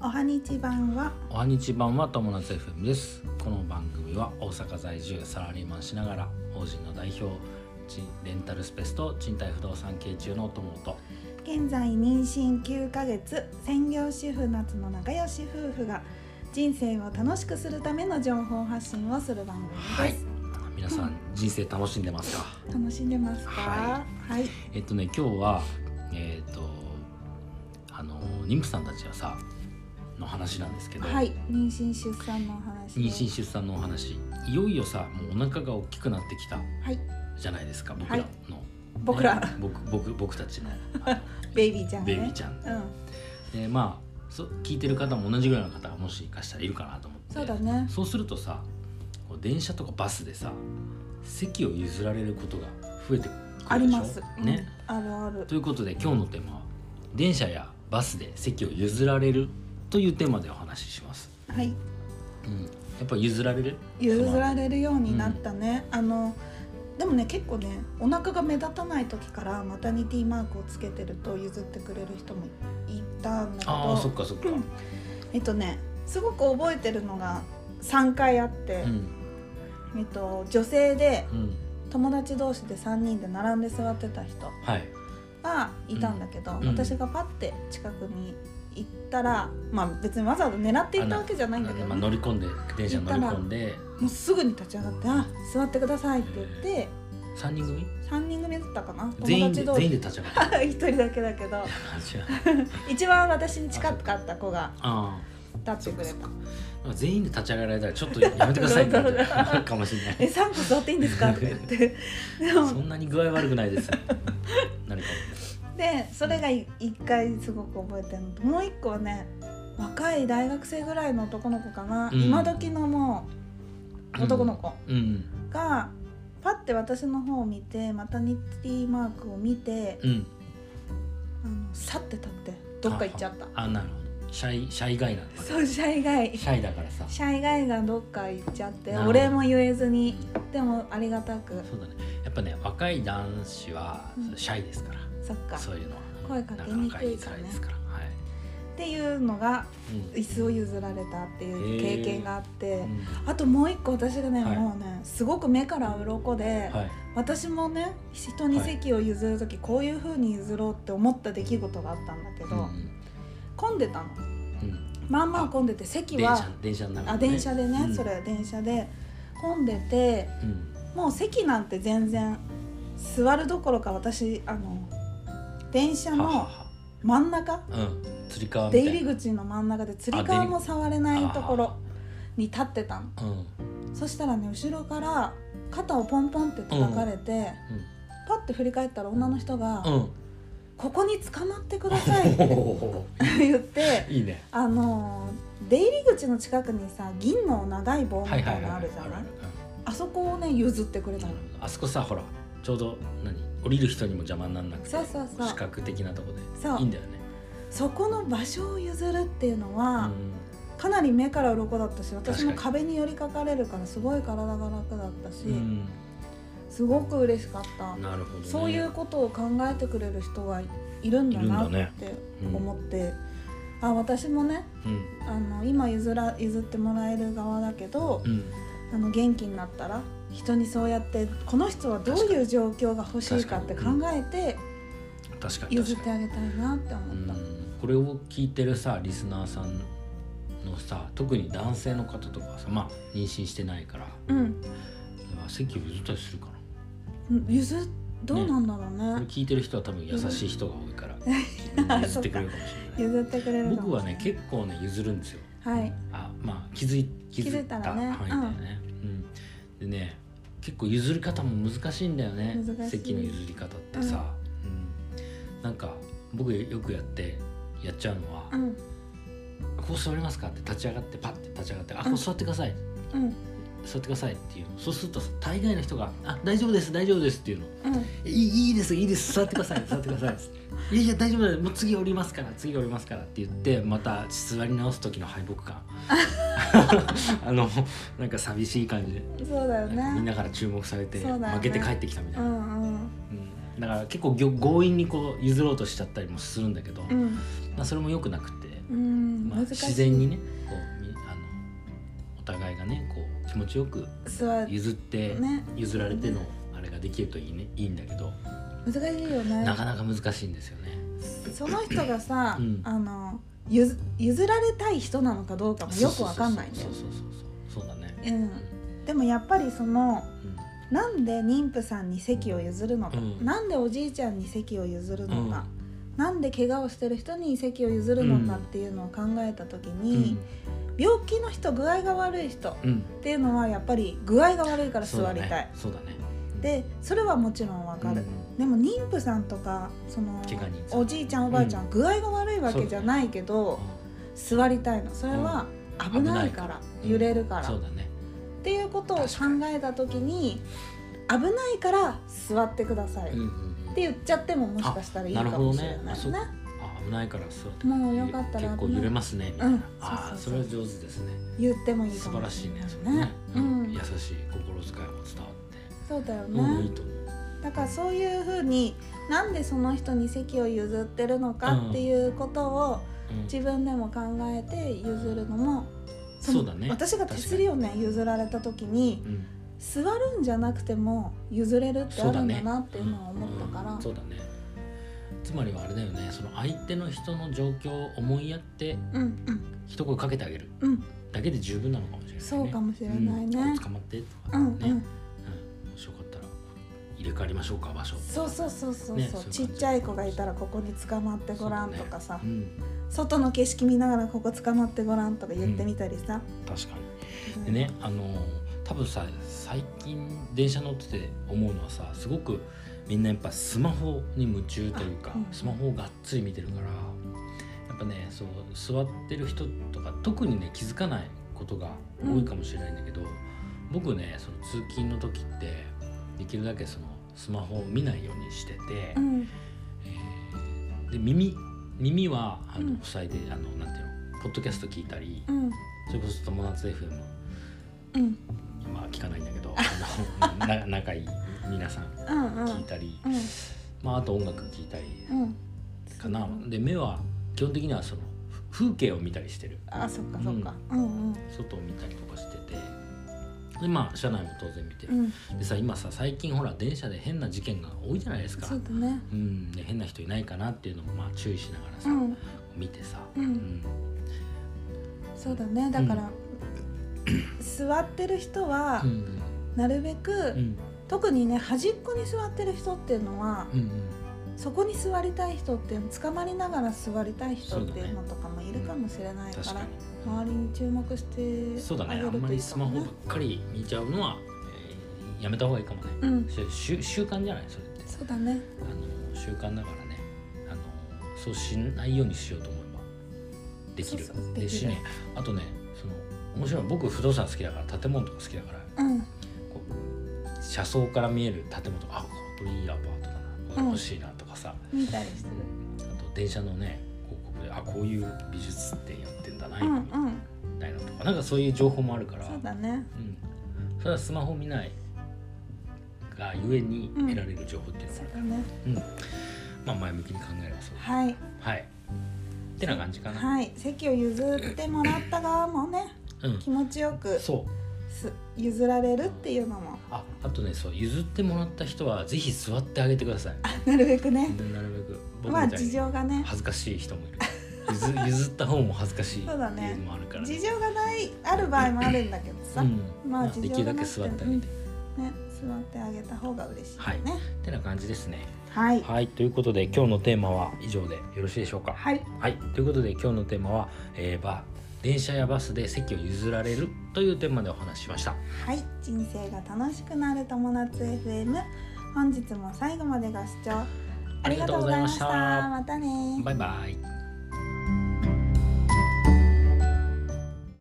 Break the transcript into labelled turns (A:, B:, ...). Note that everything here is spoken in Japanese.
A: はにち版は
B: おはにちばんは友達 FM ですこの番組は大阪在住サラリーマンしながら法人の代表ちレンタルスペースと賃貸不動産系中のお友と
A: 現在妊娠9ヶ月専業主婦夏の仲良し夫婦が人生を楽しくするための情報発信をする番組です、
B: はい皆さん人生楽しんでますか
A: 楽しんでますか
B: は
A: はい、
B: えっとね今日はえっ、とあの妊婦さんたちはさの話なんですけど、
A: はい、妊娠出産のお話
B: 妊
A: で
B: 娠出産のお話いよいよさもうお腹が大きくなってきた
A: はい、
B: じゃないですか僕
A: は
B: ら
A: い
B: の、ね
A: 僕ら
B: 僕僕僕たち の
A: ベイビーちゃんね
B: ベイビーちゃん
A: うん
B: でまあそ聞いてる方も同じぐらいの方がもしかしたらいるかなと思って
A: そうだね
B: そうするとさこう電車とかバスでさ席を譲られることが増えてくるでしょ
A: あります、
B: ね、
A: うん、あるある
B: ということで今日のテーマは電車やバスで席を譲られるというテーマでお話しします、
A: はい
B: うん、やっぱり譲られる
A: 譲られるようになったね、あのでもね結構ねお腹が目立たない時からマタニティマークをつけてると譲ってくれる人もいたんだけ
B: ああそっ
A: ど
B: かそっか、
A: うんえっとねすごく覚えてるのが3回あって、
B: うん
A: えっと、女性で
B: うん
A: 友達同士で3人で並んで座ってた人
B: はい
A: がいたんだけど、
B: うん
A: 私がパッて近くに行ったらまあ別にわざわざ狙っていったわけじゃないんだけど、
B: まあ、乗り込んで電車に乗り込んで
A: もうすぐに立ち上がって「あ座ってください」って言って
B: 三人組
A: 3人組だったかな
B: 全
A: 友
B: 員で
A: 達同
B: 全員
A: 士
B: で立ち上がった
A: 一人だけだけど
B: あ
A: 一番私に近かった子が
B: あ
A: 立ってくれ
B: そ
A: た
B: なんか全員で立ち上がられたらちょっとやめてくださいみたいなかもしれな
A: 「 え
B: い
A: 3個座っていいんですか?」とか言 ってで
B: そ
A: も
B: んなに具合悪くないです なるか
A: でそれが1回すごく覚えてるのともう1個はね若い大学生ぐらいの男の子かな、
B: うん
A: 今時のもう
B: も
A: 男の子
B: うん
A: がパッて私の方を見てマタニティマークを見て、
B: うん
A: あの去って立ってどっか行っちゃった。
B: あなるほどシャイシャイガイなんです
A: そうシャイガイ
B: シャイだからさ
A: シャイガイがどっか行っちゃって
B: なるほ
A: お
B: ど
A: 礼も言えずに
B: う
A: でもありがたく
B: んそうだねやっぱね若い男子は
A: うん
B: シャイですから、
A: そっか
B: そういうのは
A: 声かけにくいか
B: なかな
A: ら
B: か言いづら
A: ね
B: いですからはい、
A: っていうのが
B: うん
A: 椅子を譲られたっていう経験があって
B: うん
A: あともう一個私がね
B: はい
A: もうねすごく目から鱗で
B: はい
A: 私もね人に席を譲る時こういう風に譲ろうって思った出来事があったんだけ
B: うん
A: ど混んでたの
B: うんうん
A: まあまあ混んでて席
B: 電車
A: は
B: 電車になる
A: あ電車で
B: う
A: ね
B: ん
A: それ電車で混んでて
B: うん
A: もう席なんて全然座るどころか私あの電車
B: はは
A: の
B: は
A: 真ん中
B: うんつり革みた
A: 出
B: いな
A: 入り口の真ん中でつり
B: あ出入
A: 革
B: り
A: も触れないところに立ってたの
B: あーうん
A: そしたらね後ろから肩をポンポンって叩かれて、パッて振り返ったら女の人 が「
B: うんうん
A: ここに捕まってください」っ
B: お
A: て
B: お
A: 言って
B: いいね
A: あの出入り口の近くにさ銀の長い棒みたいなのあるじゃないあそこをね譲ってくれたの。
B: あそこさほらちょうど何降りる人にも邪魔にならなくて
A: そうそうそう
B: 視覚的なとこ
A: そう
B: でいいんだよね
A: そこの場所を譲るっていうのは、
B: うん
A: かなり目から鱗だったし私も
B: 確か
A: 壁に寄りかかれるからすごい体が楽だったし、
B: うん
A: すごく嬉しかった、
B: なるほどね
A: そういうことを考えてくれる人がいるんだなって思って、あ私もね
B: うん
A: あの今譲ら譲ってもらえる側だけど
B: う、ん
A: あの元気になったら人にそうやってこの人はどういう状況が欲しいかって考
B: 確
A: えて
B: 確かに
A: 譲
B: 確
A: っ
B: か
A: てあげたいなって
B: に
A: 思った。
B: うんこれを聞いてるさリスナーさんのさ特に男性の方とかはさまあ妊娠してないから
A: うん、
B: 席を譲ったりするかな
A: 譲どうなんだろうね
B: これ聞いてる人は多分優しい人が多いからみんな譲ってくれるかもしれない
A: 譲ってくれるの
B: 僕はね結構ね譲るんですよ
A: はい
B: あまあ気づい気づ
A: 気づい
B: い
A: た
B: た
A: らね
B: 範囲だよね、うんでね結構譲り方も難しいんだよね
A: 難しい
B: 席の譲り方ってさ、うんなんか僕よくやってやっちゃうのは
A: う、ん
B: こう座りますかって立ち上がってパッて立ち上がって、あ
A: うん
B: こう座ってください
A: うん
B: 座ってくださいっていうのそうするとさ大概の人が「あ大丈夫です大丈夫です」っていうの
A: うん
B: いいいいですいいです座ってください座ってください」いやいや大丈夫だよもう次降りますから次降りますから」って言ってまた座り直す時の敗北 感あのなんか寂しい感じで、
A: そうだよ
B: なんかみん
A: ね
B: なから注目されて、
A: そうだよね
B: 負けて帰ってきたみたいうな、
A: んうん
B: うんだから結構ぎょ強引にこう譲ろうとしちゃったりもするんだけど、
A: うん
B: まあ、それも良くなくて、
A: うん、
B: まあ、
A: 難しい
B: 自然にねこうみあのお互いがねこう気持ちよく
A: 座る
B: 譲って、
A: ね
B: 譲られてのあれができるといいねいいんだけど、
A: 難しいよね
B: なかなか難しいんですよね。
A: その人がさ、
B: うん
A: あのゆず譲られたい人なのかどうかもよくわかんないんだ
B: そ
A: よ
B: う、そうそうそうそうそうだね。
A: うん、でもやっぱりそのなんで妊婦さんに席を譲るのか、
B: うん
A: なんでおじいちゃんに席を譲る
B: うん
A: のか、なんで怪我をしてる人に席を譲るのかっていうのを考えた時
B: うん
A: に、病気の人具合が悪い人っ
B: うん
A: ていうのはやっぱり具合が悪いから
B: そう
A: 座
B: だ
A: り
B: ね
A: たい。
B: そうだね。
A: でそれはもちろんわかる、
B: うん
A: でも妊婦さんとかその
B: 怪我人さん
A: おじいちゃんおばあちゃん、具合が悪いわけじゃないけど、座りたいのそれは危ないから、
B: うん
A: 揺れるから、
B: そう
A: っ
B: だね。
A: ていうことを考
B: 確かに
A: えた時に危ないから座ってください、
B: うんう
A: っ
B: んうん
A: て言っちゃってももしかしたらいいかもしれ
B: あな
A: な
B: る
A: い
B: ほど
A: ね
B: ねあ危ないから座って。
A: もうよかったら
B: 結構
A: 危ない
B: 揺れますねみたいな。
A: うん
B: ああ
A: そ
B: そ
A: うそうそう
B: れは上手ですね。
A: 言ってもいいか
B: 素
A: も
B: 晴らしいね。それ
A: ね
B: ね。う
A: うん
B: ん優しい心遣いも伝わって。
A: そうだよね、
B: うんいいと思う。
A: だからそういうふうになんでその人に席を譲ってるのかっていうことを
B: うん
A: 自分でも考えて譲るのもの
B: そうだね
A: 私が手すりをね譲られた時に
B: うん
A: 座るんじゃなくても譲れるってあるんだなっていうのは思ったから
B: うんそうだねつまりはあれだよねその相手の人の状況を思いやって
A: うん
B: 一声かけてあげる
A: うんうん
B: だけで十分なのかもしれない、ね、
A: そうか
B: も
A: もしれないね
B: 捕まってと
A: う
B: か
A: ん
B: ね、
A: うん、
B: うんもしよかったら入れ替わりましょうか場所
A: そうそうそうそうそう、
B: ねそういう感
A: ちっ
B: じ
A: ちゃい子がいたらここに捕まってごらんとかさ、
B: うん
A: 外の景色見ながらここ捕まってごらんとか言ってみたりさ、
B: 確か
A: うん
B: にでねあのー多分さ最近電車乗ってて思うのはさすごくみんなやっぱスマホに夢中というか、
A: あうん
B: スマホをがっつり見てるからやっぱねそう座ってる人とか特にね気づかないことが多いかもしれないんだけど、僕ねその通勤の時ってできるだけそのスマホを見ないようにしてて、
A: うん
B: えーで耳耳はあ
A: うん
B: の塞いで、あのなんていうのポッドキャスト聞いたり
A: うん
B: それこそ友達 FM の
A: うん
B: まあ聞かないんだけどあのな 仲いい皆さん
A: うんうん
B: 聞いたり、
A: うん
B: まあ、あと音楽聞いたり
A: うん
B: かな、
A: うん
B: で目は基本的にはそのふ風景を見たりしてる
A: あそっかそっかうん
B: 外を見たりとかしててでまあ車内も当然見て
A: う、んうん
B: でさ今さ最近ほら電車で変な事件が多いじゃないですか
A: そうだね
B: うんで変な人いないかなっていうのもまあ注意しながらさ、
A: うん
B: 見てさ、
A: うんそうだねだから、座ってる人は
B: うんうん
A: なるべく、
B: うん
A: 特にね端っこに座ってる人っていうのは
B: うんうん
A: そこに座りたい人っていうの捕まりながら座りたい人っていうのとかもいるかもしれないか
B: 確
A: ら、
B: か
A: 周りに注目して
B: にそうだねあ
A: あげ
B: ん
A: る
B: ま
A: とい
B: り
A: い
B: ス
A: か
B: マ
A: も
B: ホ
A: ね
B: ばっかり見ちゃうのは、えーやめた方がいいかもね
A: うん
B: し習習慣じゃないそれって
A: そうだね
B: あの習慣だからねあのそうしないようにしようと思えばできる
A: そうそうできる
B: でしねあとねその面白い僕不動産好きだから建物とか好きだから
A: うん
B: こう車窓から見える建物とかあここいいアパートだなこれ欲しいなとかさ、
A: 見たりしてる
B: あと電車のね広告であこういう美術展やってんだな、
A: うんう
B: 今
A: ん
B: みたいなとかなんかそういう情報もあるから
A: そうだね
B: うん、それはスマホ見ないがゆえに
A: うん
B: 得られる情報っていうの
A: そ
B: が
A: う
B: あるか
A: だ
B: ら、
A: ね
B: うんまあ前向きに考えればそうだ
A: はい
B: はいってな感じかな、
A: はい席を譲ってもらった側もね
B: うん
A: 気持ちよく
B: そう
A: す譲られるっていうのも
B: ああとねそう譲ってもらった人はぜひ座ってあげてください
A: なるべくね
B: でなるべく僕
A: まあ
B: みたい
A: 事
B: に
A: 情がね
B: 恥ずかしい人もいる譲 譲った方も恥ずかしいってい
A: そううだね
B: のもあるから、
A: 事情がないある場合もあるんだけどさ、
B: うん
A: まあ
B: で
A: 事
B: きる
A: 情
B: だ
A: が
B: け
A: な
B: 座って
A: く
B: あ
A: て
B: げ
A: も
B: て、
A: ね座ってあげた方が嬉しいよね
B: ってな感じですね
A: はい
B: はいということで今日のテーマは以上でよろしいでしょうか
A: はい
B: はい、ということで今日のテーマは、えー、バー電車やバスで席を譲られるというテーマでお話ししました。
A: はい人生が楽しくなる友達 FM 本日も最後までご視聴ありがとうございました
B: ありがとうござ
A: また
B: いました
A: ね
B: バイバイ。